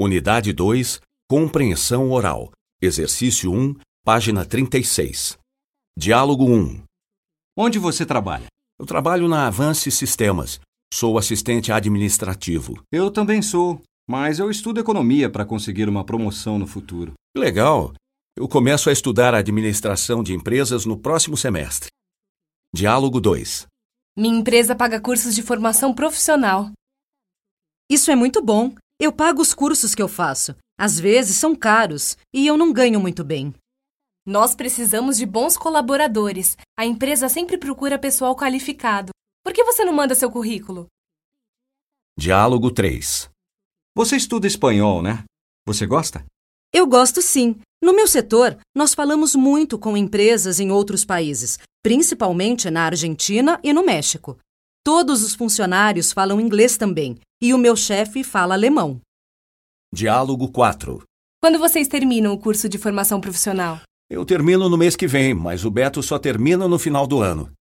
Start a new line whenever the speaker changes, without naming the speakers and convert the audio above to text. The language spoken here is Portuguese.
Unidade 2 Compreensão Oral. Exercício 1, página 36. Diálogo 1.
Onde você trabalha?
Eu trabalho na Avance Sistemas. Sou assistente administrativo.
Eu também sou, mas eu estudo economia para conseguir uma promoção no futuro.
Que Legal! Eu começo a estudar administração de empresas no próximo semestre. Diálogo 2.
Minha empresa paga cursos de formação profissional.
Isso é muito bom. Eu pago os cursos que eu faço. Às vezes são caros e eu não ganho muito bem.
Nós precisamos de bons colaboradores. A empresa sempre procura pessoal qualificado. Por que você não manda seu currículo?
Diálogo 3.
Você estuda espanhol, né? Você gosta?
Eu gosto sim. No meu setor, nós falamos muito com empresas em outros países, principalmente na Argentina e no México. Todos os funcionários falam inglês também, e o meu chefe fala alemão.
Diálogo 4.
Quando vocês terminam o curso de formação profissional?
Eu termino no mês que vem, mas o Beto só termina no final do ano.